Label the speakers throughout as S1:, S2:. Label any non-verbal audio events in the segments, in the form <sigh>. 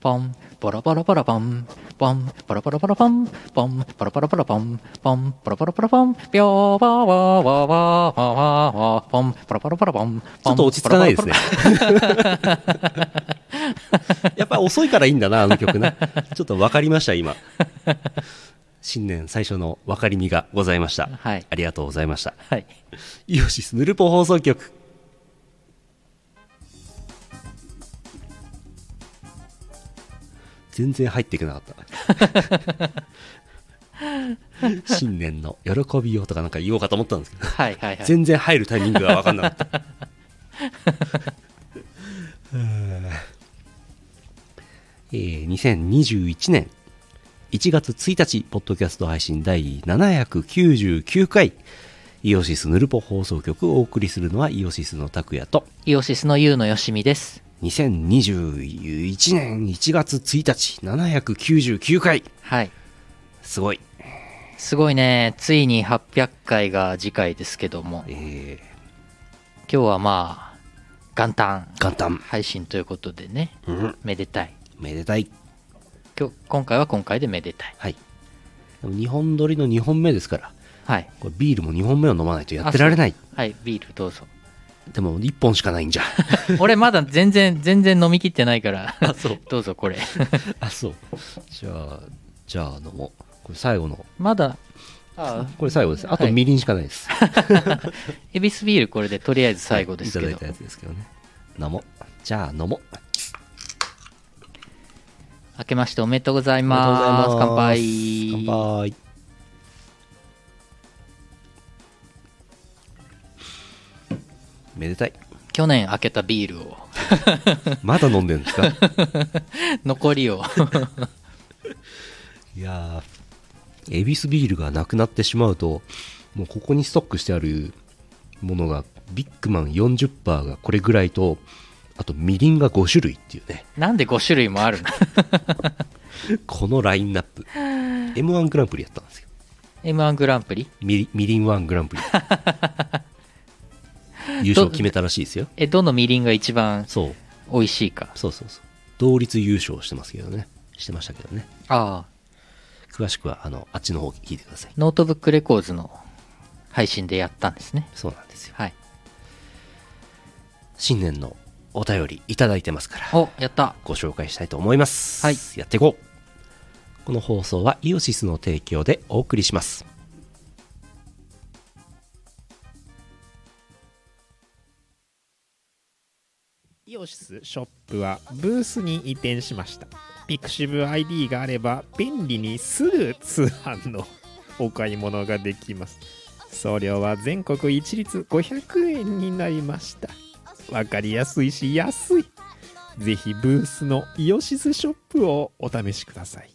S1: パンパラパラパラパンパンパラパラパラパンパンパラパラパラパンパンパラパラパラパンピョーバーワーワーワーワーワーワーパンパラパラパラパン
S2: ちょっと落ち着かないですね。 <laughs> やっぱり遅いからいいんだな、あの曲な。ちょっと分かりました、今。新年最初の分かりみがございました。
S1: はい
S2: ありがとうございました。
S1: はい
S2: イオシスヌルポ放送局。全然入っていけなか <laughs> った。新年の喜びよとかなんか言おうかと思ったんですけど、
S1: はいはいはい
S2: 全然入るタイミングが分かん
S1: <laughs>
S2: なかった。えー2021年1月1日、ポッドキャスト配信第799回、イオシスヌルポ放送局をお送りするのはイオシスの拓也と、
S1: イオシスのユウのよしみです
S2: 2021年1月1日、799回。
S1: はい
S2: すごい。
S1: すごいねついに800回が次回ですけども
S2: え
S1: 今日はまあ元旦
S2: ー、元旦。
S1: 配信ということでね
S2: うん、
S1: めでたい
S2: めでたい。
S1: 今日今回は今回でめでたい
S2: はい。でも日本撮りの2本目ですから、
S1: はい
S2: これビールも2本目を飲まないとやってられない。
S1: はいビールどうぞ
S2: でも1本しかないんじゃ。
S1: 俺まだ全然全然飲みきってないから
S2: あ、そう。
S1: どうぞこれ
S2: <laughs> あ、そう。じゃあ、じゃあ飲もう。これ最後の
S1: まだあ
S2: これ最後です。あと
S1: はい
S2: みりんしかないです。
S1: エビスビールこれでとりあえず最後ですけ
S2: い
S1: ど
S2: ただいたやつですけどね。飲もう。じゃあ飲もう。
S1: 明けましておめでとうござい
S2: あ
S1: ます
S2: りがとう
S1: 乾
S2: ござい
S1: 杯
S2: ます乾杯。めでたい。
S1: 去年開けたビール
S2: <laughs>
S1: を
S2: まだ飲んでるんですか
S1: 残りを
S2: いやー、エビスビールがなくなってしまうと、もうここにストックしてあるものが、ビッグマン40%がこれぐらいと、あとみりんが5種類っていうね。
S1: なんで5種類もあるの
S2: このラインナップ M1 グランプリやったんですよ
S1: m 1グランプリ
S2: みりみりん1グランプリ優勝決めたらしいですよ
S1: えどのみりんが一番
S2: そう
S1: 美味しいか
S2: そうそうそう同率優勝してますけどねしてましたけどね
S1: ああ
S2: 詳しくはあのあっちの方聞いてください
S1: ノートブックレコーズの配信でやったんですね
S2: そうなんですよ
S1: はい
S2: 新年のお便りいただいてますから
S1: おやった
S2: ご紹介したいと思います。
S1: はい
S2: やっていこう。この放送はイオシスの提供でお送りします。
S3: イオシスショップはブースに移転しました。ピクシブ ID があれば便利にすぐ通販のお買い物ができます。送料は全国一律500円になりました。わかりやすいし安い。ぜひブースのイオシスショップをお試しください。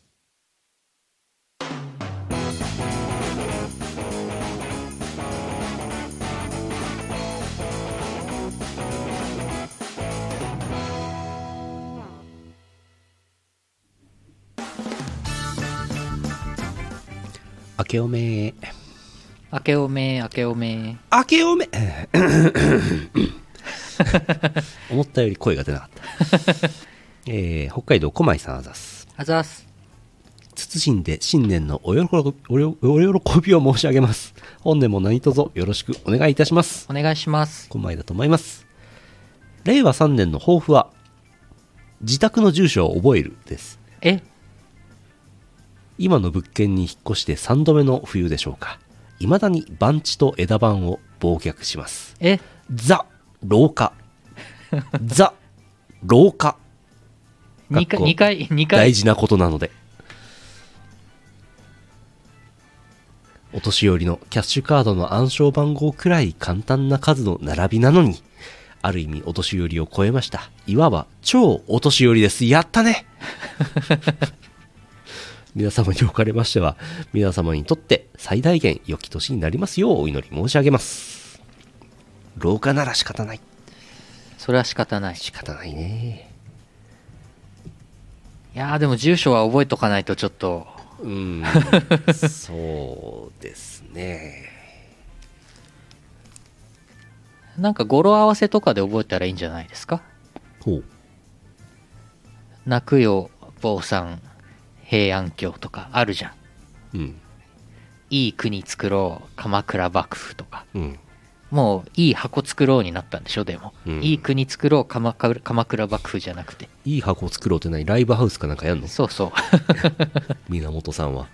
S2: 明けおめ。
S1: 明けおめ明けおめ
S2: 明けおめ。 <laughs> 思ったより声が出なかった。 <laughs> えー北海道小前さんあざす。
S1: あざーす
S2: 謹んで新年のお喜びおよお喜びを申し上げます。本年も何卒よろしくお願いいたします。
S1: お願いします
S2: こんばんはだと思います。令和3年の抱負は、自宅の住所を覚えるです。
S1: え
S2: 今の物件に引っ越して3度目の冬でしょうか。未だに番地と枝番を忘却します。
S1: え
S2: ザ、廊下。ザ、廊下。
S1: 二
S2: 学
S1: 回
S2: 校
S1: 二回二
S2: 大
S1: 回
S2: 事なことなので。お年寄りのキャッシュカードの暗証番号くらい簡単な数の並びなのに、ある意味お年寄りを超えました。いわば超お年寄りです。やったね <laughs> 皆様におかれましては、皆様にとって最大限良き年になりますようお祈り申し上げます。廊下なら仕方ない。
S1: それは仕方ないい
S2: 仕方ないね。
S1: やーでも住所は覚えとかないとちょっと
S2: うん、 <laughs> そうですね。
S1: なんか語呂合わせとかで覚えたらいいんじゃないですか
S2: ほう。
S1: 泣くよ坊さん平安京とかあるじゃん
S2: うん。
S1: いい国作ろう鎌倉幕府とか
S2: うん。
S1: もういい箱作ろうになったんでしょでも、
S2: うん
S1: いい国作ろう鎌倉鎌倉幕府じゃなくて
S2: いい箱を作ろうってないライブハウスかなんかやんの
S1: そうそう
S2: 源さんは。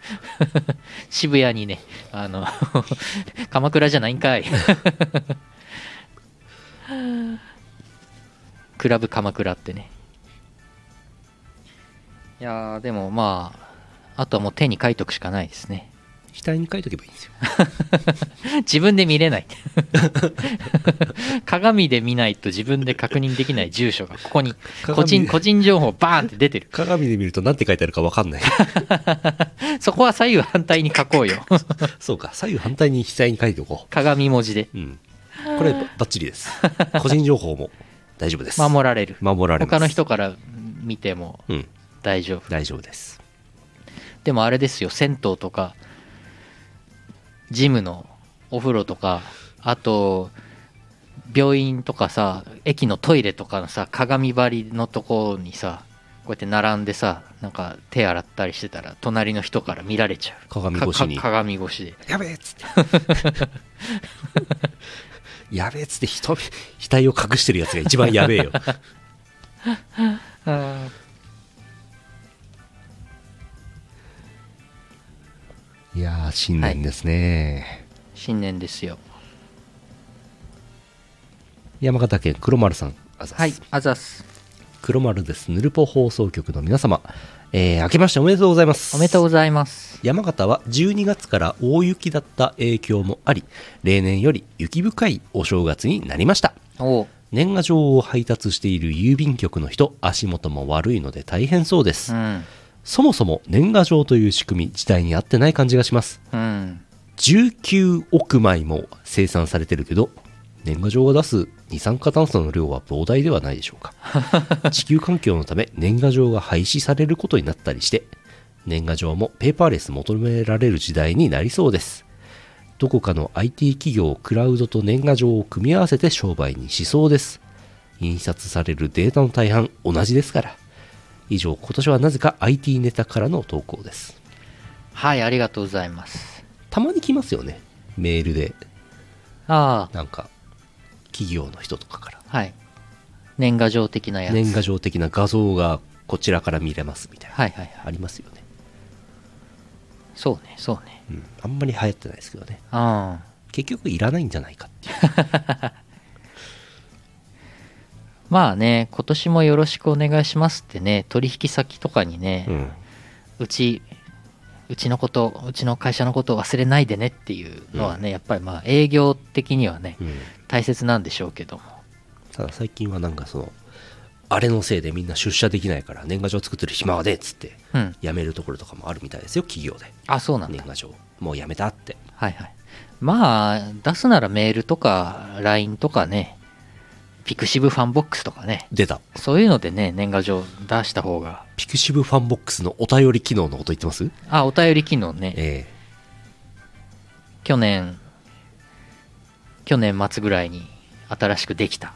S1: 渋谷にねあの <laughs> 鎌倉じゃないんかい <laughs> クラブ鎌倉ってねいやーでもまああとはもう手に書いとくしかないですね
S2: 額に書いとけばいいんですよ。
S1: 自分で見れない <laughs> 鏡で見ないと自分で確認できない住所がここに個
S2: 鏡
S1: 人
S2: で
S1: 個人情報バーンって出てる
S2: <laughs> 鏡で見ると何て書いてあるか分かん <laughs> ない。
S1: そこは左右反対に書こうよ
S2: そうか、左右反対に被災に書いておこ
S1: 鏡文字で
S2: う。うん。これ、ばばっちり <laughs> です。個人情報も大丈夫です。
S1: 守られる
S2: 守られます。
S1: 他の。人から見ても
S2: うん。
S1: 大丈夫
S2: 大丈夫です。
S1: でもあれですよ銭湯とかジムのお風呂とかあと病院とかさ駅のトイレとかのさ鏡張りのとこにさこうやって並んでさなんか手洗ったりしてたら隣の人から見られちゃう
S2: 鏡越しに
S1: かか鏡越しで
S2: やべえっつって。 <laughs> やべえっつって人、額を隠してるやつが一番やべえ <laughs> よ。いやー、新年ですね。
S1: 新年ですよ
S2: 山形県黒丸さん、あざっす
S1: はいあざっす
S2: 黒丸です。ヌルポ放送局の皆様、えー、明けましておめでとうございます。
S1: おめでとうございます
S2: 山形は12月から大雪だった影響もあり例年より雪深いお正月になりました
S1: おう
S2: 年賀状を配達している郵便局の人足元も悪いので大変そうです、
S1: うん
S2: そもそも年賀状という仕組み自体に合ってない感じがします
S1: うん
S2: 19億枚も生産されてるけど年賀状が出す二酸化炭素の量は膨大ではないでしょうか地球環境のため年賀状が廃止されることになったりして年賀状もペーパーレス求められる時代になりそうですどこかの IT 企業クラウドと年賀状を組み合わせて商売にしそうです印刷されるデータの大半同じですから以上今年はなぜか IT ネタからの投稿です
S1: はいありがとうございます
S2: たまに来ますよねメールで
S1: あ
S2: なんか企業の人とかか
S1: あはい年賀状的なや
S2: ら
S1: つ
S2: 年賀状的な画像がこちらから見れますみたいな、
S1: はいはいはい
S2: ありますよね、
S1: そうねそうね
S2: うん、あんまり流行ってないですけどね
S1: ああ
S2: 結局いらないんじゃないかっていう
S1: まあね今年もよろしくお願いしますってね取引先とかにね、、
S2: うん、
S1: うちうちのことうちの会社のことを忘れないでねっていうのはね、やっぱりまあ営業的にはね
S2: うん
S1: 大切なんでしょうけども
S2: ただ最近はなんかそのあれのせいでみんな出社できないから年賀状作ってる暇はねえっつって
S1: うん
S2: 辞めるところとかもあるみたいですよ企業で
S1: あそうなんだ
S2: 年賀状もう辞めたって
S1: はいはいまあ出すならメールとか LINE とかねピクシブファンボックスとかね
S2: 出た
S1: そういうのでね年賀状出した方が
S2: ピクシブファンボックスのお便り機能のこと言ってます
S1: あお便り機能ね
S2: え
S1: 去年去年末ぐらいに新しくできた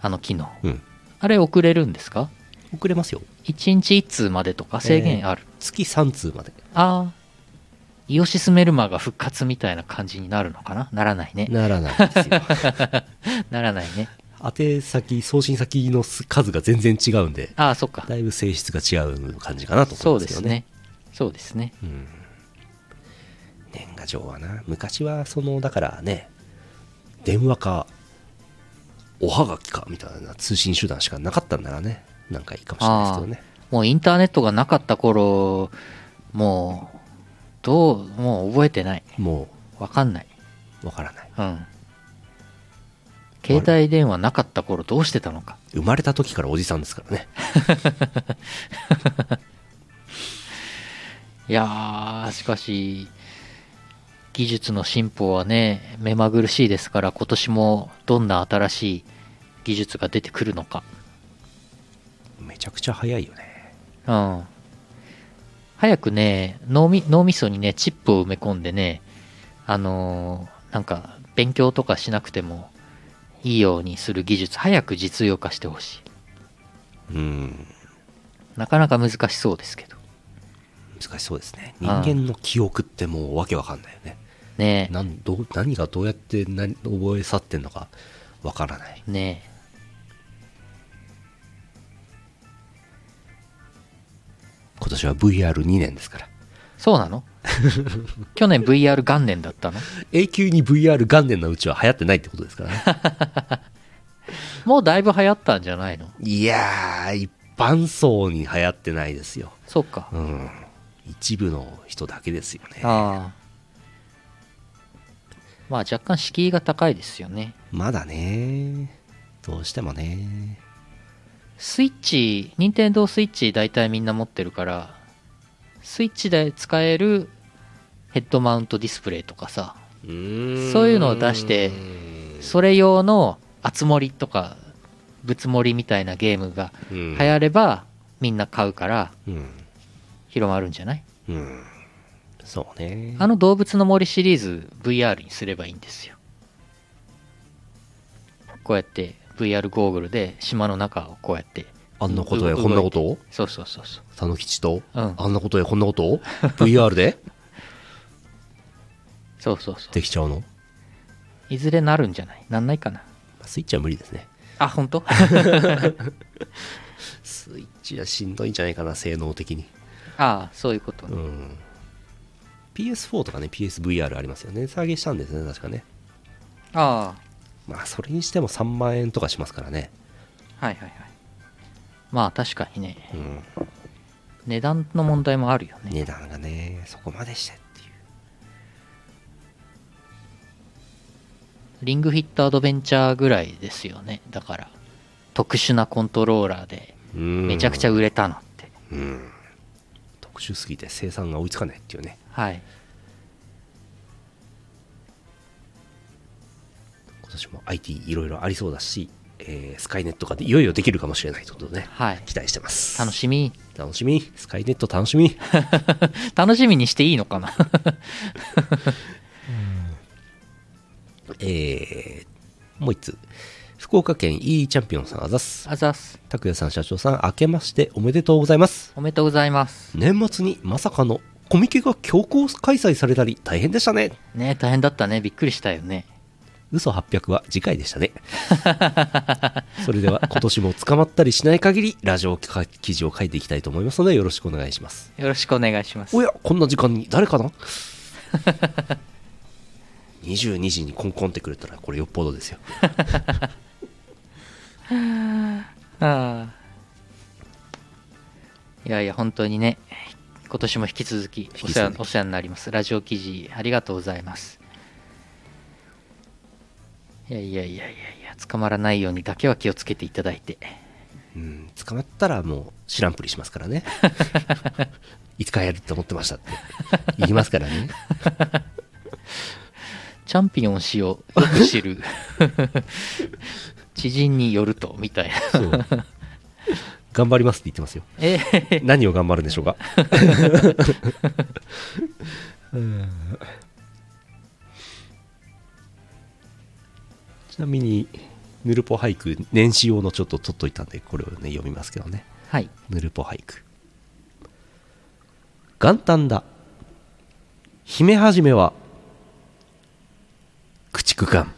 S1: あの機能
S2: えうん
S1: あれ送れるんですか
S2: 遅れますよ
S1: 1日1通までとか制限ある、
S2: 月3通まで
S1: ああイオシスメルマが復活みたいな感じになるのかなならないね
S2: なら <laughs> ないですよ
S1: <laughs> ならないね
S2: 宛先送信先の数が全然違うんで
S1: ああそっか
S2: だいぶ性質が違う感じかなと
S1: そ
S2: 思
S1: うん
S2: う
S1: で
S2: です
S1: す
S2: よね
S1: ねそうですね
S2: うん年賀状はな昔はそのだからね電話かおはがきかみたいな通信手段しかなかったんならねなんかいいかもしれないですけどね
S1: もうインターネットがなかった頃もうどうもう覚えてない
S2: も
S1: わかんないう
S2: わからない
S1: うん携帯電話なかった頃どうしてたのか
S2: 生まれた時からおじさんですからね
S1: いやー、しかし、技術の進歩はね、目まぐるしいですから、今年もどんな新しい技術が出てくるのか。
S2: めちゃくちゃ早いよね
S1: うん。早くね、脳み脳みそにね、チップを埋め込んでね、あのーなんか、勉強とかしなくてもいいようにする技術、早く実用化してほしい。
S2: うん
S1: なかなか難しそうですけど
S2: 難しそうですね人
S1: はい
S2: 間の記憶ってもうわけわかんないよね
S1: ね
S2: なんどう何がどうやって何覚え去ってんのかわからない
S1: えねえ
S2: 今年は VR2 年ですから
S1: そうなの去年 VR 元年だったの
S2: 永久に VR 元年のうちは流行ってないってことですからね
S1: もうだいぶ流行ったんじゃないの
S2: いやー一般層に流行ってないですよ
S1: そうか
S2: うん一部の人だけですよね
S1: ああまあ若干敷居が高いですよね
S2: まだねどうしてもね
S1: スイッチ任天堂スイッチ大体みんな持ってるからスイッチで使えるヘッドマウントディスプレイとかさ
S2: そうい
S1: そういうのを出してそれ用の熱盛とかぶつ盛りみたいなゲームが
S2: 流
S1: 流行ればみんな買うから
S2: うん、
S1: 広まるんじゃない
S2: うん、そうね
S1: あの動物の森シリーズ VR にすればいいんですよこうやって VR ゴーグルで島の中をこうやって
S2: あんなことや
S1: う
S2: こんなことを
S1: そうそうそうそう
S2: 佐野吉と、
S1: うん
S2: あんなことやこんなこと
S1: <laughs>
S2: を VR で
S1: そうそうそう
S2: できちゃうの
S1: いずれなるんじゃないなんないかな
S2: スイッチは無理ですね
S1: あ本 <laughs> 当
S2: スイッチはしんどいんじゃないかな性能的に
S1: ああそういうことね、
S2: うん PS4 とかね PSVR ありますよね値下げしたんですね確かね
S1: あ
S2: まあそれにしても3万円とかしますからね
S1: あはいはいはいまあ確かにね
S2: うん
S1: 値段の問題もあるよね
S2: 値段がねそこまでしてっていう
S1: リングフィットアドベンチャーぐらいですよねだから特殊なコントローラーでめちゃくち
S2: ゃ、
S1: ゃ売れたのって、
S2: うん、特殊すぎて生産が追いつかないっていうね
S1: はい
S2: 今年も IT いろいろありそうだし、えースカイネットがでいよいよできるかもしれないということでね
S1: はい
S2: 期待してます
S1: 楽しみ
S2: 楽しみスカイネット楽しみ
S1: <laughs> 楽しみにしていいのかな
S2: えーもう一つ福岡県 E チャンピオンさんあざっす
S1: あざっす
S2: 拓也さん社長さん明けましておめでとうございます
S1: おめでとうございます
S2: 年末にまさかのコミケが強行開催されたり大変でしたね
S1: ねえ大変だったねびっくりしたよね
S2: 嘘800は次回でしたねそれでは今年も捕まったりしない限りラジオ記事を書いていきたいと思いますのでよろしくお願いします
S1: よろしくお願いします
S2: おやこんな時間に誰かな22時にコンコンってくれたらこれよっぽどですよ
S1: ああいやいや本当にね今年も引き続きお世
S2: 引き続
S1: 話
S2: き
S1: お世話になりますラジオ記事ありがとうございますいやいやいやいやいや捕まらないようにだけは気をつけていただいて
S2: うん捕まったらもう知らんぷりしますからねいつかやるって思ってましたって言いますからね
S1: チャンピオン氏をよく知
S2: <laughs>
S1: る知人によるとみた
S2: <laughs>
S1: いな
S2: そう頑張りますって言ってますよ
S1: ええ
S2: <laughs> 何を頑張るんでしょうかちなみにヌルポ俳句年始用のちょっと取っといたんでこれをね読みますけどね
S1: はい
S2: ヌルポ俳句元旦だ姫始めは駆逐艦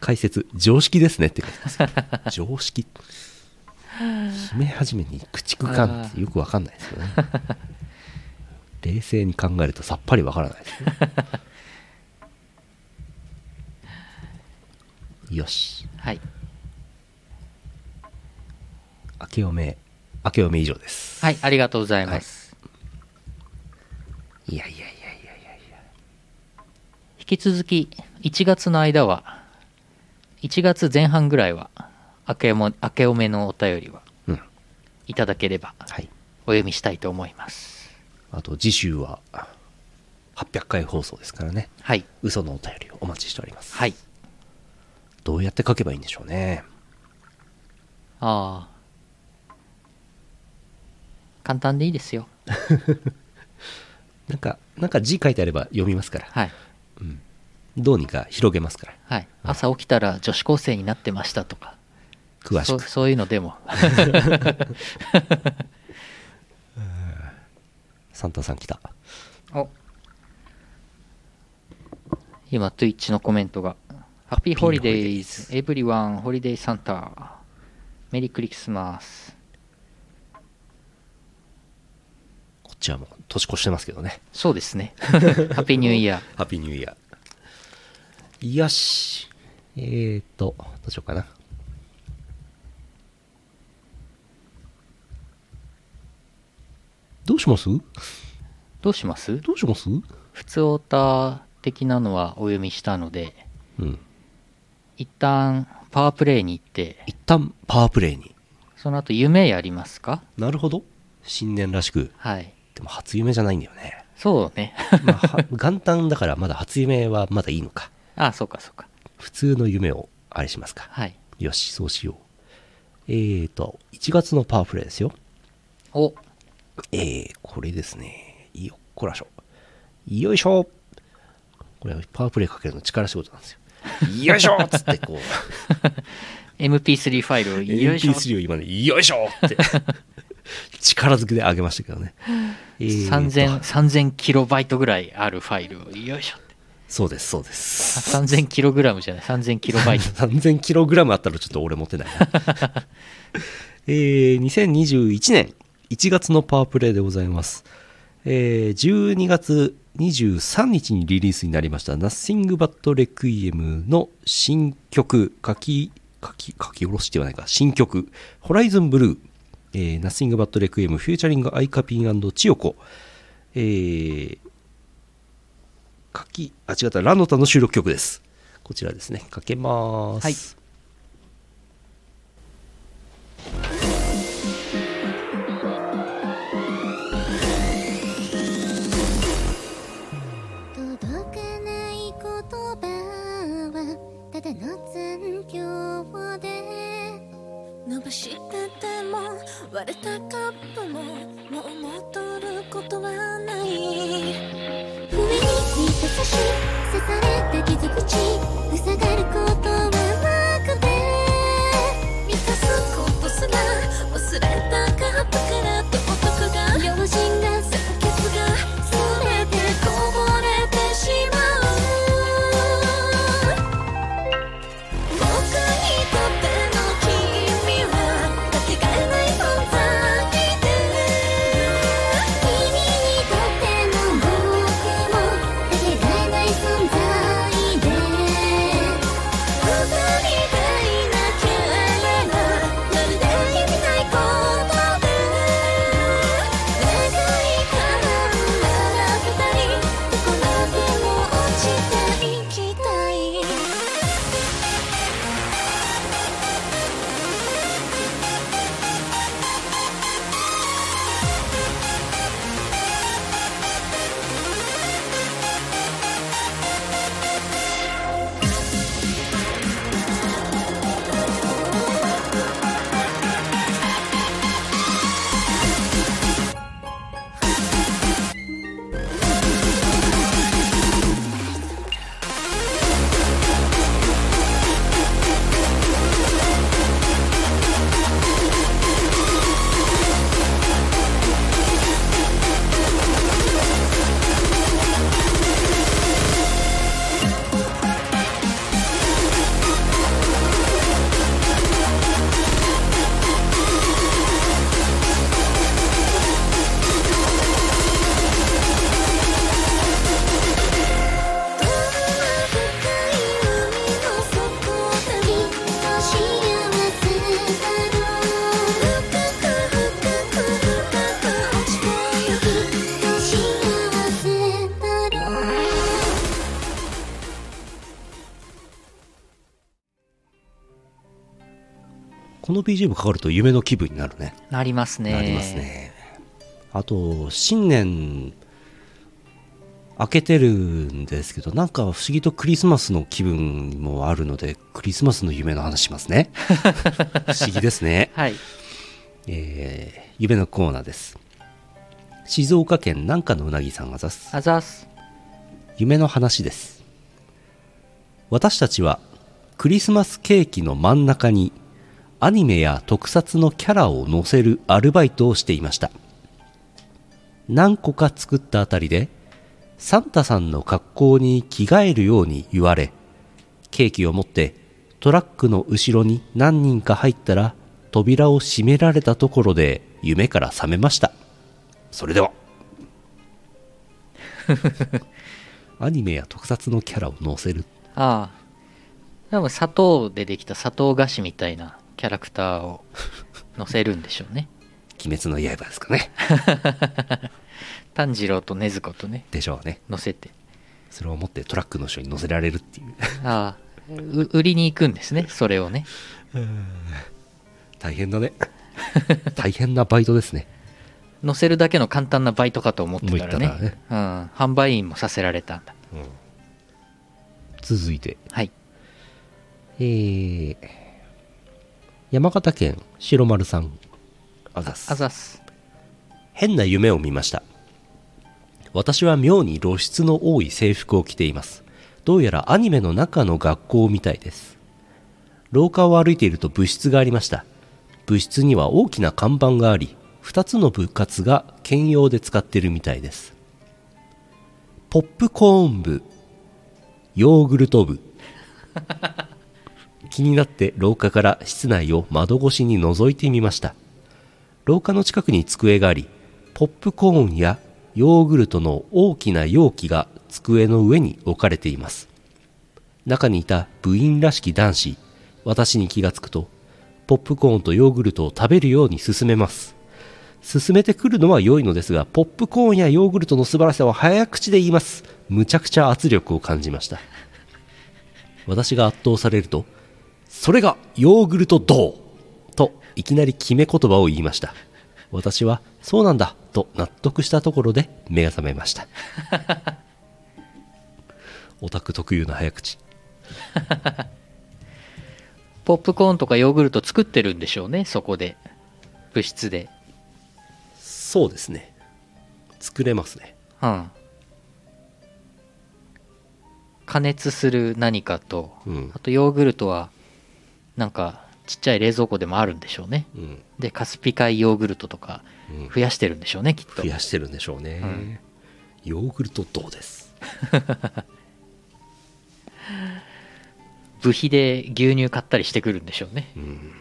S2: 解説常識ですねって書いてます常識姫始めに駆逐艦ってよくわかんないですよね冷静に考えるとさっぱりわからないですねよし
S1: はい
S2: 明けおめ明けおめ以上です
S1: はいありがとうございます、
S2: いやいやいやいや
S1: 引き続き1月の間は1月前半ぐらいは明けも明けおめのお便りは
S2: うん
S1: いただければ
S2: はい
S1: お読みしたいと思います
S2: あと次週は800回放送ですからね
S1: はい
S2: 嘘のお便りをお待ちしております、
S1: はい
S2: どうやって書けばいいんでしょうね
S1: ああ簡単でいいですよ
S2: なんかなんか字書いてあれば読みますから
S1: はい
S2: どうにか広げますから
S1: はい朝起きたら女子高生になってましたとか
S2: 詳し
S1: そ
S2: く
S1: そういうので
S2: <laughs>
S1: も
S2: サンタさん来た
S1: お今 Twitch のコメントが「ハッピーホリデイズエブリワンホリデイサンタメリークリスマス
S2: こっちはもう年越してますけどね」
S1: そうです <laughs> ねハッピーニューイヤー
S2: ハッピーニューイヤーよしえーとどうしようかなどうします
S1: どうします
S2: どうしますう
S1: 普通オタ的なのはお読みしたので
S2: ん
S1: 一旦パワープレイに行って
S2: 一旦パワープレイに
S1: その後夢やりますか
S2: なるほど新年らしく
S1: はい
S2: でも初夢じゃないんだよね、
S1: そう <laughs> ね
S2: まあ、は <laughs> 元旦だからまだ初夢はまだいいのか
S1: あそうかそうか
S2: 普通の夢をあれしますか
S1: はい
S2: よしそうしようえーと1月のパワープレイですよ
S1: お
S2: えー、これですね。よっこらしょ。よいしょこれ、パワープレイかけるの力仕事なんですよ。よいしょつって、こう、 <laughs>
S1: MP3 ファイルをよいしょ
S2: MP3 を今ね、よいしょって、 <laughs> 力ずくで上げましたけど <laughs> ね。えーと
S1: 3000 3000キロバイトぐらいあるファイルをよいしょって
S2: そうです、そうで
S1: あ
S2: す。
S1: 3000キログラムじゃない3000キロバイト
S2: <laughs> 3000キログラムあったらちょっと俺持っ
S1: <laughs>
S2: てないな。えー、2021年1月のパワープレイでございます。えー、12月23日にリリースになりました Nothing But Requiem の新曲、書き、書き、書き下ろしではないか、新曲、Horizon Blue、えー、Nothing But Requiem フューチャリングアイカピン千代子、えー、書き、あ、違った、ラノタの収録曲です。こちらですね、かけます。
S1: はい
S4: 届かない言葉はただの残響で
S5: 伸ばしてても割れたカップももう戻ることはない
S4: 不意に優しい刺された傷口塞がることはなくて
S5: 満たすことすら忘れたカップから道徳が
S4: 用心が
S5: 酸欠が全てこぼれてしまう僕にとっての君はかけがえない存在で
S4: 君にとっての僕もかけがえない存在で
S5: 飾りたいなければまるで意味ないことで願い叶うなら二人どこまでも落ちていきたいどんな深い海の底でも
S4: 幸せだろう
S5: 深く深く深く落ちてゆく
S4: 幸せだろう
S2: この BGM かかると夢の気分になるね。
S1: なりますね
S2: なりますね。あと、新年、明けてるんですけど、なんか不思議とクリスマスの気分もあるので、クリスマスの夢の話します
S1: <laughs>
S2: ね。不思議ですね。
S1: はい
S2: えー夢のコーナーです。静岡県南下のうなぎさんがざす。
S1: あざっす
S2: 夢の話です私たちはクリスマスケーキの真ん中にアニメや特撮のキャラを載せるアルバイトをしていました何個か作ったあたりでサンタさんの格好に着替えるように言われケーキを持ってトラックの後ろに何人か入ったら扉を閉められたところで夢から覚めましたそれではアニメや特撮のキャラを載せる
S1: ああ多分砂糖でできた砂糖菓子みたいなキャラクターを載せるんでしょうね
S2: 鬼滅の刃ですかね <laughs>
S1: 炭治郎と禰豆子とね
S2: でしょうね
S1: 載せて
S2: それを持ってトラックの後ろに乗せられるっていう <laughs>
S1: ああう売りに行くんですねそれをね
S2: 大変だね <laughs> 大変なバイトですね
S1: 載せるだけの簡単なバイトかと思ってたらね
S2: 思って
S1: うん、販売員もさせられたんだ
S2: 続いて
S1: はい
S2: えー山形県白丸さんあざっす
S1: あざっす
S2: 変な夢を見ました私は妙に露出の多い制服を着ていますどうやらアニメの中の学校みたいです廊下を歩いていると部室がありました部室には大きな看板があり2つの部活が兼用で使ってるみたいですポップコーン部ヨーグルト部気になって廊下から室内を窓越しに覗いてみました廊下の近くに机がありポップコーンやヨーグルトの大きな容器が机の上に置かれています中にいた部員らしき男子私に気がつくとポップコーンとヨーグルトを食べるように進めます進めてくるのは良いのですがポップコーンやヨーグルトの素晴らしさを早口で言いますむちゃくちゃ圧力を感じました私が圧倒されるとそれがヨーグルトどうといきなり決め言葉を言いました私はそうなんだと納得したところで目が覚めました <laughs> オタク特有の早口
S1: ポップコーンとかヨーグルト作ってるんでしょうねそこで部室で
S2: そうですね作れますね
S1: うん加熱する何かと、
S2: うん
S1: あとヨーグルトはなんかちっちゃい冷蔵庫でもあるんでしょうね
S2: うん
S1: でカスピ海ヨーグルトとか
S2: うん
S1: 増やしてるんでしょうねきっと
S2: 増やしてるんでしょうね、
S1: うん
S2: ヨーグルトどうです
S1: 部費で牛乳買ったりしてくるんでしょうね
S2: うん
S1: <laughs>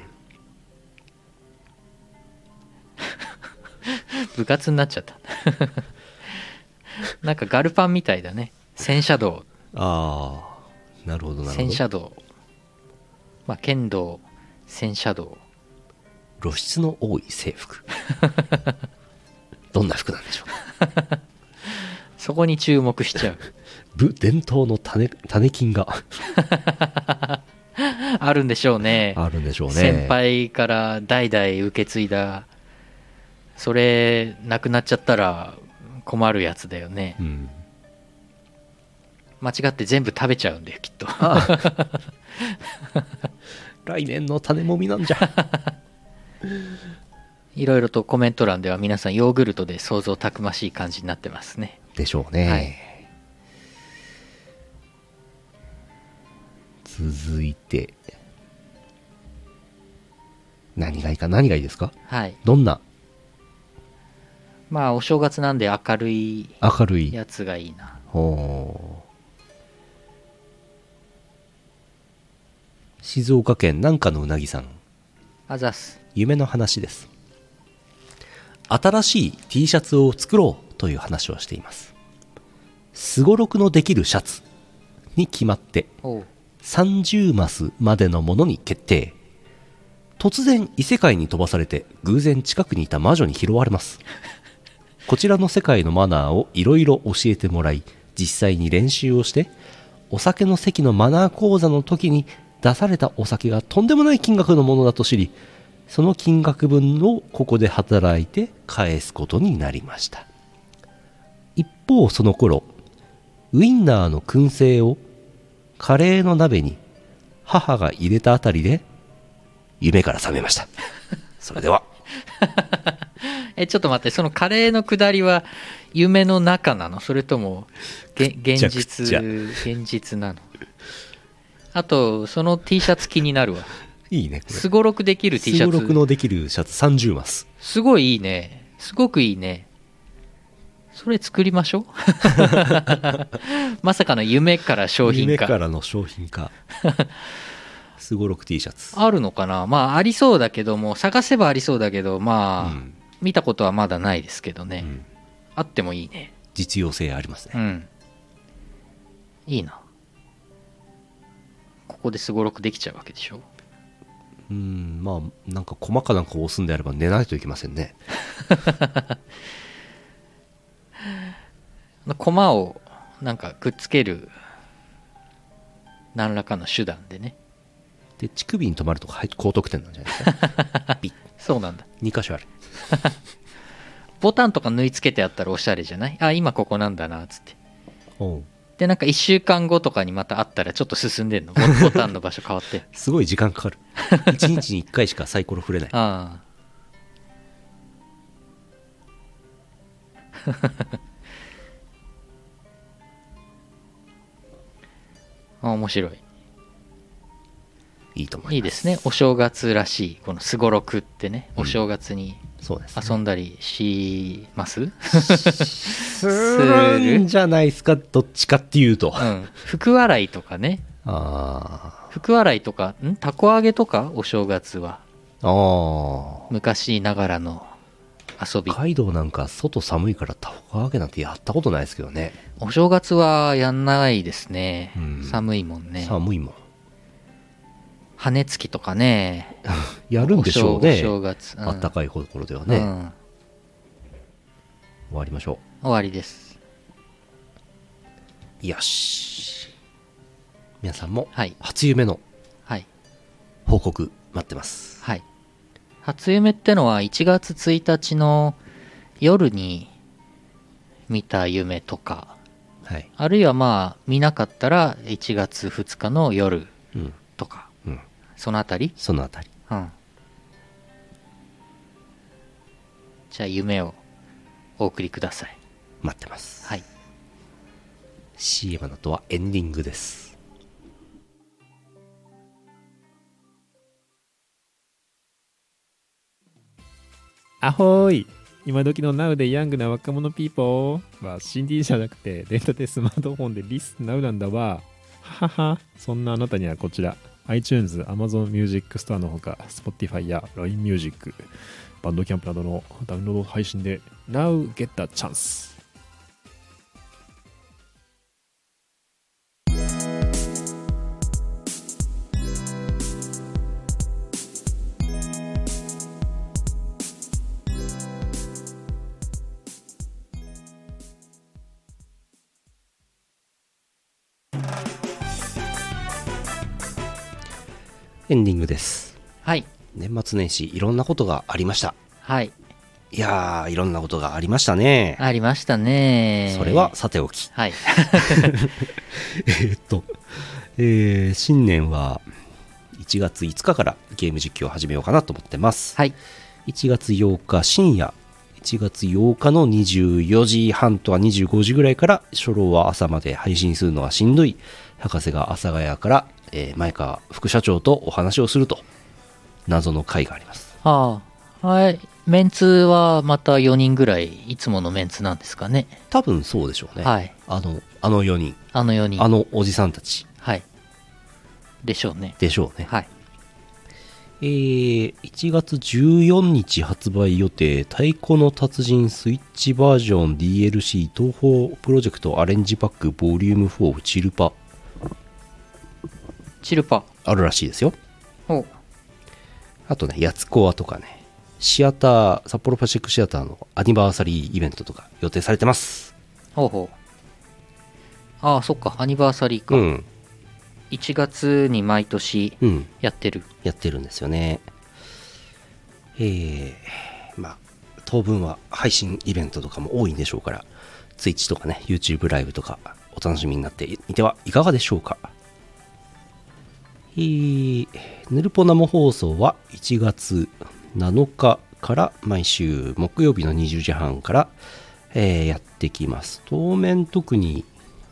S1: 部活になっちゃった <laughs> なんかガルパンみたいだね戦車道
S2: ああなるほどなるほ
S1: 戦
S2: ど
S1: 車道まあ剣道戦車道
S2: 露出の多い制服 <laughs> どんな服なんでしょう
S1: そこに注目しちゃ
S2: <laughs>
S1: う
S2: 部伝統の種種金が
S1: あるんでしょうね
S2: あるんでしょうね
S1: 先輩から代々受け継いだそれなくなっちゃったら困るやつだよね
S2: うん
S1: 間違って全部食べちゃうんだよきっと
S2: 来年の種もみなん
S1: <laughs>
S2: じゃ
S1: <laughs> いろいろとコメント欄では皆さんヨーグルトで想像たくましい感じになってますね
S2: でしょうね、
S1: はい
S2: 続いて何がいいか何がいいですか
S1: はい
S2: どんな
S1: まあお正月なんで明るい
S2: 明るい
S1: やつがいいな
S2: ほう静岡県南下のうなぎさん
S1: あざっす
S2: 夢の話です新しい T シャツを作ろうという話をしていますすごろくのできるシャツに決まって
S1: おう
S2: 30マスまでのものに決定突然異世界に飛ばされて偶然近くにいた魔女に拾われますこちらの世界のマナーをいろいろ教えてもらい実際に練習をしてお酒の席のマナー講座の時に出されたお酒がとんでもない金額のものだと知りその金額分をここで働いて返すことになりました一方その頃ウインナーの燻製をカレーの鍋に母が入れたあたりで夢から覚めま <laughs> したそれでは
S1: えちょっと待ってそのカレーのくだりは夢の中なのそれともげ現
S2: くちゃ
S1: 実現実なのあとその T シャツ気になるわ
S2: いいねこれ
S1: すごろくできる T シャ
S2: すごろく
S1: ツ
S2: のできるシャツ30マス
S1: すごいいいねすごくいいねそれ作りまし
S2: <laughs>
S1: ょうまさかの夢から商品
S2: 夢か
S1: 化
S2: らの商品 <laughs> 化すごろく T シャツ
S1: あるのかなまあありそうだけども探せばありそうだけどまあ、
S2: うん
S1: 見たことはまだないですけどね、
S2: うん
S1: あってもいいね
S2: 実用性ありますね
S1: うんいいなここですごろくできちゃうわけでしょ
S2: うんまあなんか細かなんか押すんであれば寝ないといけませんね
S1: あの駒をなんかくっつける何らかの手段でね
S2: で乳首に止まるとはい高得点なんじゃない <laughs> ですか
S1: そうなんだ
S2: 2箇所ある
S1: ボタンとか縫い付けてあったらおしゃれじゃないあ今ここなんだなつって
S2: おう
S1: でなんか1週間後とかにまたあったらちょっと進んでんのボボタンの場所変わって
S2: すごい時間かかる1日に1回しかサイコロ振れない
S1: <laughs> あああ面白い
S2: <laughs> いいと思います
S1: いいですねお正月らしいこのすごろくってね
S2: うん
S1: お正月に
S2: そうです、
S1: 遊んだりします、
S2: するんじゃないですかどっちかっていうと
S1: う
S2: あ
S1: ん福洗いとかね
S2: あ
S1: 福洗いとかんたこ揚げとかお正月は
S2: ああ
S1: 昔ながらの遊び
S2: 北海道なんか外寒いからタコ揚げなんてやったことないですけどね
S1: お正月はやんないですね、
S2: うん
S1: 寒いもんね
S2: 寒いもん <laughs>
S1: 羽根つきとかね
S2: やるんでしょう
S1: お
S2: ね
S1: 正お正月、
S2: あった
S1: か
S2: かいところではね、終
S1: 終
S2: わりましょ
S1: わりです
S2: うよし皆さんも
S1: はい
S2: 初夢の
S1: はい
S2: 報告待ってます
S1: はい初夢ってのは1月1日の夜に見た夢とか
S2: はい
S1: あるいはまあ見なかったら1月2日の夜
S2: うん
S1: とか
S2: うん
S1: そのあたり
S2: そのあたり
S1: うんじゃあ夢をお送りください
S2: 待ってます、
S1: はい
S2: CM の後はエンディングです
S3: あほーい今時の Now でヤングな若者ピーポーは CD じゃなくてデータでスマートフォンでリスナウなんだわはははそんなあなたにはこちら iTunes、Amazon Music Store のほか Spotify や LINE Music バンドキャンプなどのダウンロード配信で Now get the chance
S2: エンディングです
S1: はい
S2: 年末年始いろんなことがありました
S1: はい
S2: いやーいろんなことがありましたね
S1: ありましたね
S2: それはさておき
S1: はい
S2: えーっと、えー新年は1月5日からゲーム実況を始めようかなと思ってます。
S1: はい
S2: 1月8日深夜、1月8日の24時半とは25時ぐらいから、初老は朝まで配信するのはしんどい、博士が阿佐ヶ谷から、えー前川副社長とお話をすると、謎の会があります。
S1: <laughs> ああはいメンツはまた4人ぐらいいつものメンツなんですかね
S2: 多分そうでしょうね。
S1: はい
S2: あの、あの4人、
S1: あの4人
S2: あのおじさんたち
S1: はいでしょうね
S2: でしょうね。
S1: はい
S2: えー1月14日発売予定「太鼓の達人スイッチバージョン DLC 東宝プロジェクトアレンジパックボリューム4チルパ」
S1: チルパ
S2: あるらしいですよ
S1: お
S2: あとね「やつこわ」とかねシアター札幌パシフィックシアターのアニバーサリーイベントとか予定されてます
S1: ほうほうああそっかアニバーサリーか、
S2: うん
S1: 1月に毎年
S2: うん
S1: やってる
S2: やってるんですよねえーまあ当分は配信イベントとかも多いんでしょうから Twitch とかね YouTube ライブとかお楽しみになってみてはいかがでしょうかえーぬるぽ生放送は1月7日から毎週木曜日の20時半から、えーやってきます当面特に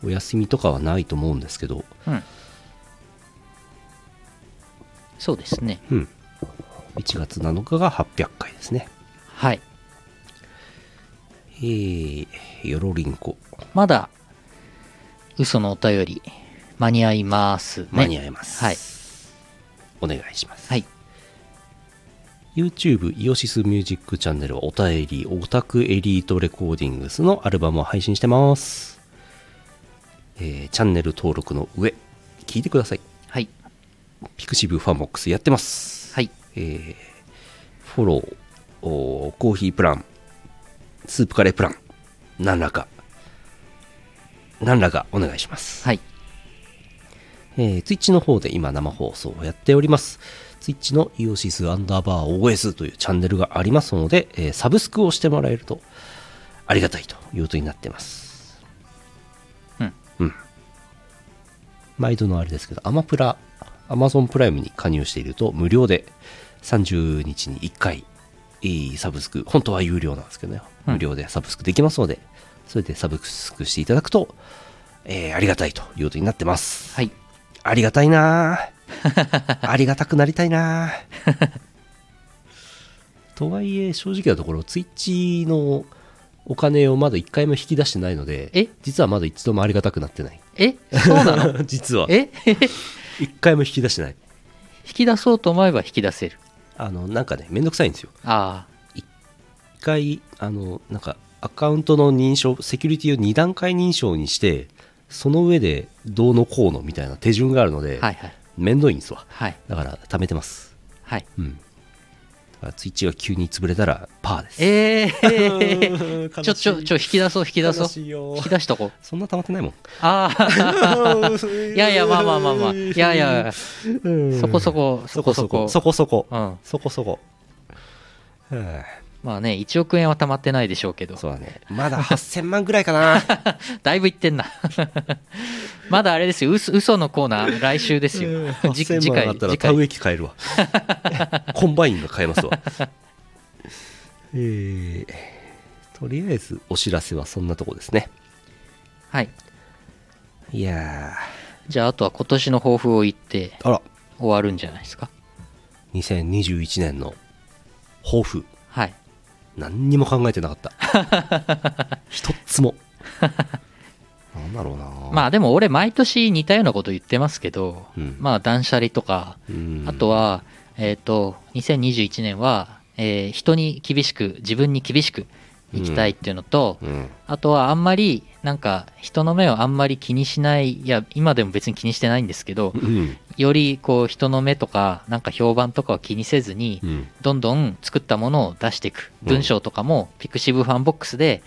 S2: お休みとかはないと思うんですけど
S1: うんそうですね
S2: うん、1月7日が800回ですね
S1: はい
S2: えー、よろりんこ
S1: まだ嘘のお便り間に合いますね
S2: 間に合います、
S1: はい、
S2: お願いします、
S1: はい
S2: YouTube イオシスミュージックチャンネルはお便りオタクエリートレコーディングスのアルバムを配信してます、えーチャンネル登録の上聞いてください
S1: はい
S2: ピクシブファンボックスやってます
S1: はい
S2: えーフォローおーコーヒープランスープカレープラン何らか何らかお願いします、
S1: はい
S2: えー、Twitch の方で今生放送をやっております。Twitch のイオシスアンダーバー OS というチャンネルがありますので、えーサブスクをしてもらえるとありがたいということになってます。
S1: うん。
S2: うん。毎度のあれですけど、アマプラ、アマゾンプライムに加入していると無料で30日に1回、いいサブスク、本当は有料なんですけどね、
S1: うん
S2: 無料でサブスクできますので、それでサブスクしていただくと、えーありがたいということになってます。
S1: はい
S2: ありがたい <laughs> なあありがたくなりたいなあ <laughs> とはいえ正直なところツイッチのお金をまだ一回も引き出してないので
S1: え
S2: 実はまだ一度もありがたくなっ
S1: <laughs>
S2: てない
S1: えそうな
S2: <laughs>
S1: の
S2: 実は
S1: え <laughs> 引
S2: 一回も引き出してない
S1: き出そうと思えば引き出せる
S2: あのなんかねめんどくさいんですよ
S1: あ
S2: 一回あのなんかアカウントの認証セキュリティを2段階認証にしてその上でどうのこうのみたいな手順があるので、
S1: あはいはい
S2: めんどいんですわ
S1: はい
S2: だから貯めてます
S1: はい
S2: うん。ツイッチが急に潰れたらパーです。
S1: えー、
S2: <laughs>
S1: <laughs>
S2: ー
S1: ちょちょちょ引き出そう引き出そう引き出しとこう
S2: そんな溜まってないもん。
S1: あ <laughs> あ <laughs> いやいやまあまあまあまあいやいやそこそこそ
S2: そ
S1: こそ
S2: こそ
S1: こ
S2: こ。そこそこ。
S1: うん
S2: そこそこ。うん
S1: まあね1億円はたまってないでしょうけど
S2: そうだね。まだ8000万ぐらいかな。
S1: だいぶいってんな <laughs> まだあれですよ嘘嘘のコーナー来週ですよじ <laughs> 次
S2: 8000万
S1: 回
S2: あったら
S1: 次
S2: 田植
S1: 回
S2: え機買え
S1: <laughs>
S2: るわ。コンバインが買えますわ。えーとりあえずお知らせはそんなとこですね。
S1: はい
S2: いや
S1: じゃああとは今年の抱負を言って
S2: ー、あら、
S1: 終わるんじゃないですか
S2: 2021年の抱負。
S1: はい
S2: 何にも考えてなかった
S1: <laughs>
S2: 一つもなんだろうな
S1: まあでも俺毎年似たようなこと言ってますけど、
S2: うん
S1: まあ断捨離とか
S2: うん
S1: あとは、えっ、と、2021年は、えー人に厳しく、自分に厳しく生きたいっていうのと、
S2: うん
S1: あとはあんまり、なんか、人の目をあんまり気にしない、いや、今でも別に気にしてないんですけど
S2: う、ん
S1: より、こう、人の目とか、なんか評判とかを気にせずに
S2: う、ん
S1: どんどん作ったものを出していく。
S2: うん
S1: 文章とかも、ピクシブファンボックスで、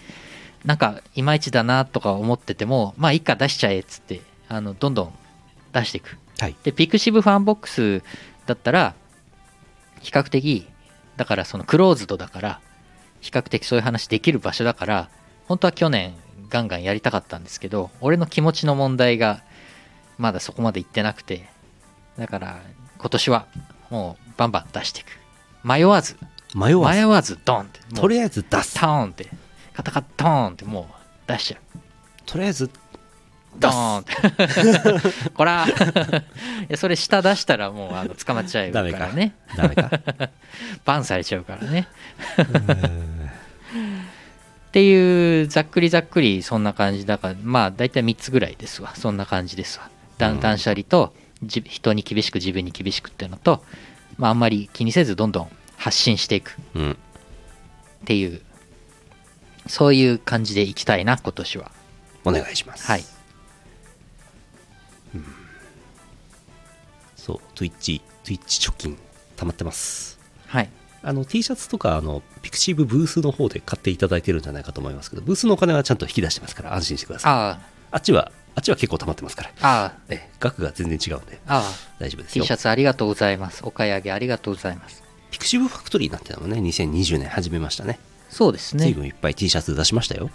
S1: なんか、いまいちだなとか思ってても、まあ、いいか出しちゃえっつって、あの、どんどん出していく。
S2: はい
S1: で、ピクシブファンボックスだったら、比較的、だからそのクローズドだから、比較的そういう話できる場所だから、本当は去年ガンガンやりたかったんですけど、俺の気持ちの問題がまだそこまでいってなくて、だから今年はもうバンバン出していく。迷わず、
S2: 迷わ
S1: 迷
S2: ず
S1: わずドンって、も
S2: と
S1: う
S2: りあえず出す
S1: ターンって、カタカターンってもう出しちゃう。
S2: とりあえず
S1: ドーン
S2: <laughs>
S1: って。こら <laughs> いやそれ下出したらもうあの捕まっちゃうから
S2: ダ
S1: ね。
S2: ダメか
S1: <laughs> バンされちゃうからね。 <laughs> っていうざっくりざっくりそんな感じだからまあ大体3つぐらいですわそんな感じですわだ
S2: うん
S1: 断捨離とじ人に厳しく自分に厳しくっていうのと、まあ、あんまり気にせずどんどん発信していく
S2: うん
S1: っていうそういう感じでいきたいな今年は
S2: お願いします
S1: はい
S2: そう Twitch Twitch 貯金溜まってます
S1: はい
S2: あの T シャツとかあのピクシブブースの方で買っていただいてるんじゃないかと思いますけどブースのお金はちゃんと引き出してますから安心してください
S1: あ
S2: あっちはあっちは結構溜まってますから
S1: あああ
S2: ええ額が全然違うんで
S1: ああ
S2: 大丈夫ですよ
S1: T シャツありがとうございますお買い上げありがとうございます
S2: ピクシブファクトリーなんてのもね、2020年始めましたね。
S1: そうです
S2: 随
S1: ね
S2: 分いっぱい T シャツ出しましたよ。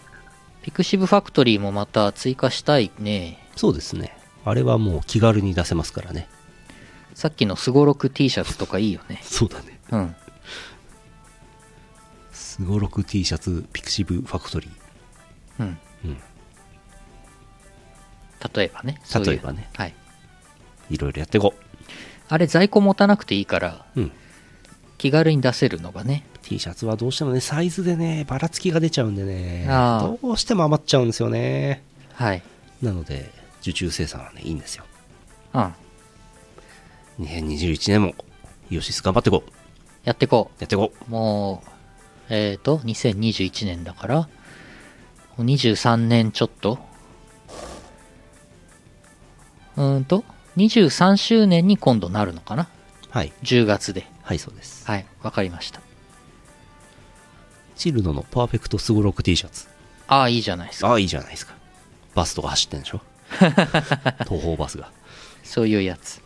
S1: ピクシブファクトリーもまた追加したいね
S2: そうですね。あれはもう気軽に出せますからね。
S1: さっきのすごろく T シャツとかいいよね
S2: そうだね。
S1: うん
S2: すごろく T シャツ、ピクシブファクトリー。
S1: うん
S2: うん。
S1: 例えばねそういう
S2: 例えばね
S1: はい
S2: いろいろやっていこう。
S1: あれ在庫持たなくていいから
S2: うん。
S1: 気軽に出せるのがね
S2: T シャツはどうしてもね、サイズでね、ばらつきが出ちゃうんでね、
S1: あー
S2: どうしても余っちゃうんですよね。
S1: はい
S2: なので、受注生産はね、いいんですよ。
S1: うん
S2: 2021年も、イオシス頑張っていこう。
S1: やってこ
S2: やっていこ
S1: うもうえっ、と2021年だから23年ちょっとうーんと23周年に今度なるのかな
S2: う。はい。
S1: 10月で
S2: はい、そうです。
S1: はいわかりました
S2: チルノのパーフェクトスゴロク T シャツ。
S1: ああいいじゃないですか
S2: ああ、いいじゃないですか。バスとか走ってんで <laughs> しょ東方バスが。
S1: そういうやつ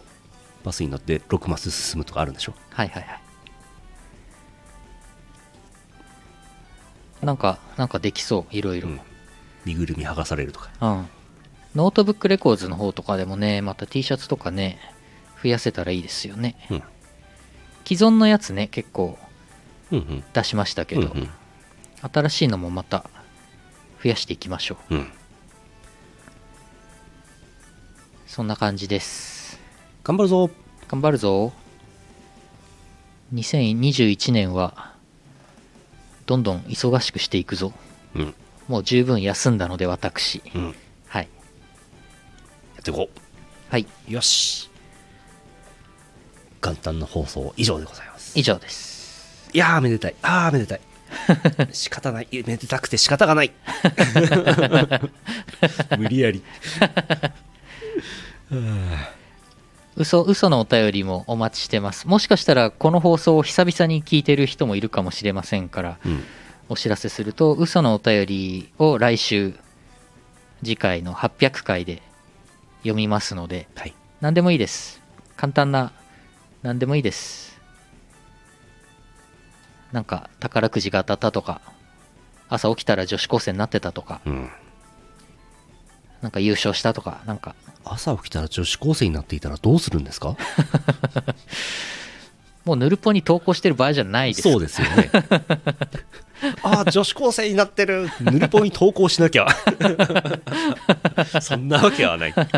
S2: バスに乗って6マス進むとかあるんでしょ
S1: はいはいはいなんかなんかできそういろいろ
S2: う
S1: うんん、
S2: 身ぐるみ剥がされるとか。
S1: ノートブックレコーズの方とかでもねまた T シャツとかね増やせたらいいですよね
S2: うん。
S1: 既存のやつね結構
S2: うんうん。
S1: 出しましたけど、
S2: うんうん
S1: 新しいのもまた増やしていきましょう
S2: うん。
S1: そんな感じです
S2: 頑張るぞ
S1: 頑張るぞ2021年はどんどん忙しくしていくぞ
S2: うん。や
S1: もう十分休んだので私、
S2: うん
S1: はい
S2: っていこ
S1: はい、
S2: う。よし。元旦の放送以上でございます。
S1: 以上です。
S2: いやー、めでたい。あー、めで <laughs> たい。仕方ない。めでたくて仕方がない。 <laughs> 無理やり。
S1: 嘘、嘘のお便りもお待ちしてます。もしかしたら、この放送を久々に聞いてる人もいるかもしれませんから、
S2: うん。
S1: お知らせすると、嘘のお便りを来週、次回の800回で読みますので、
S2: はい。
S1: 何でもいいです。簡単な、何でもいいです。なんか、宝くじが当たったとか、朝起きたら女子高生になってたとか、
S2: うん。
S1: なんか優勝したとか、なんか、
S2: 朝起きたら女子高生になっていたらどうするんですか
S1: もうヌルポに投稿してる場合じゃないです。
S2: そうですよね。 <laughs> ああ、女子高生になって <laughs> る。ヌルポに投稿しなきゃ。そんなわけはない。待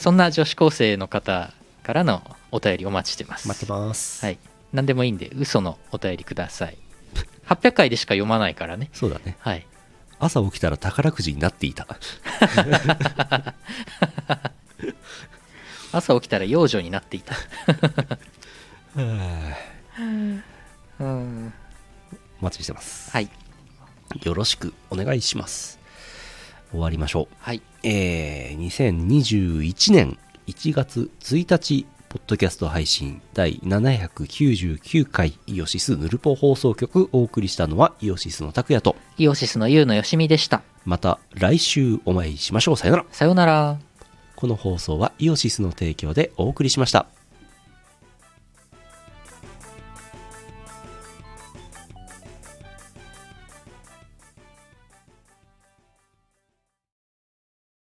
S1: そんな女子高生の方からのお便りお待ちしてます。
S2: ってます。
S1: はい。何でもいいんで、嘘のお便りください。800回でしか読まないからね。
S2: そうだね。
S1: はい。
S2: 朝起きたら宝くじになっていた。 <laughs>
S1: 朝起きたら幼女になっていた。 <laughs> うん。
S2: お待ちしてます。
S1: はい。
S2: よろしくお願いします。終わりましょう。
S1: はい。
S2: えー、2021年1月1日、ポッドキャスト配信第799回イオシスヌルポ放送局お送りしたのはイオシスの拓也と、
S1: イオシスのゆうのよしみでした。
S2: また来週お会いしましょう。さよなら。
S1: さようなら。
S2: この放送はイオシスの提供でお送りしました。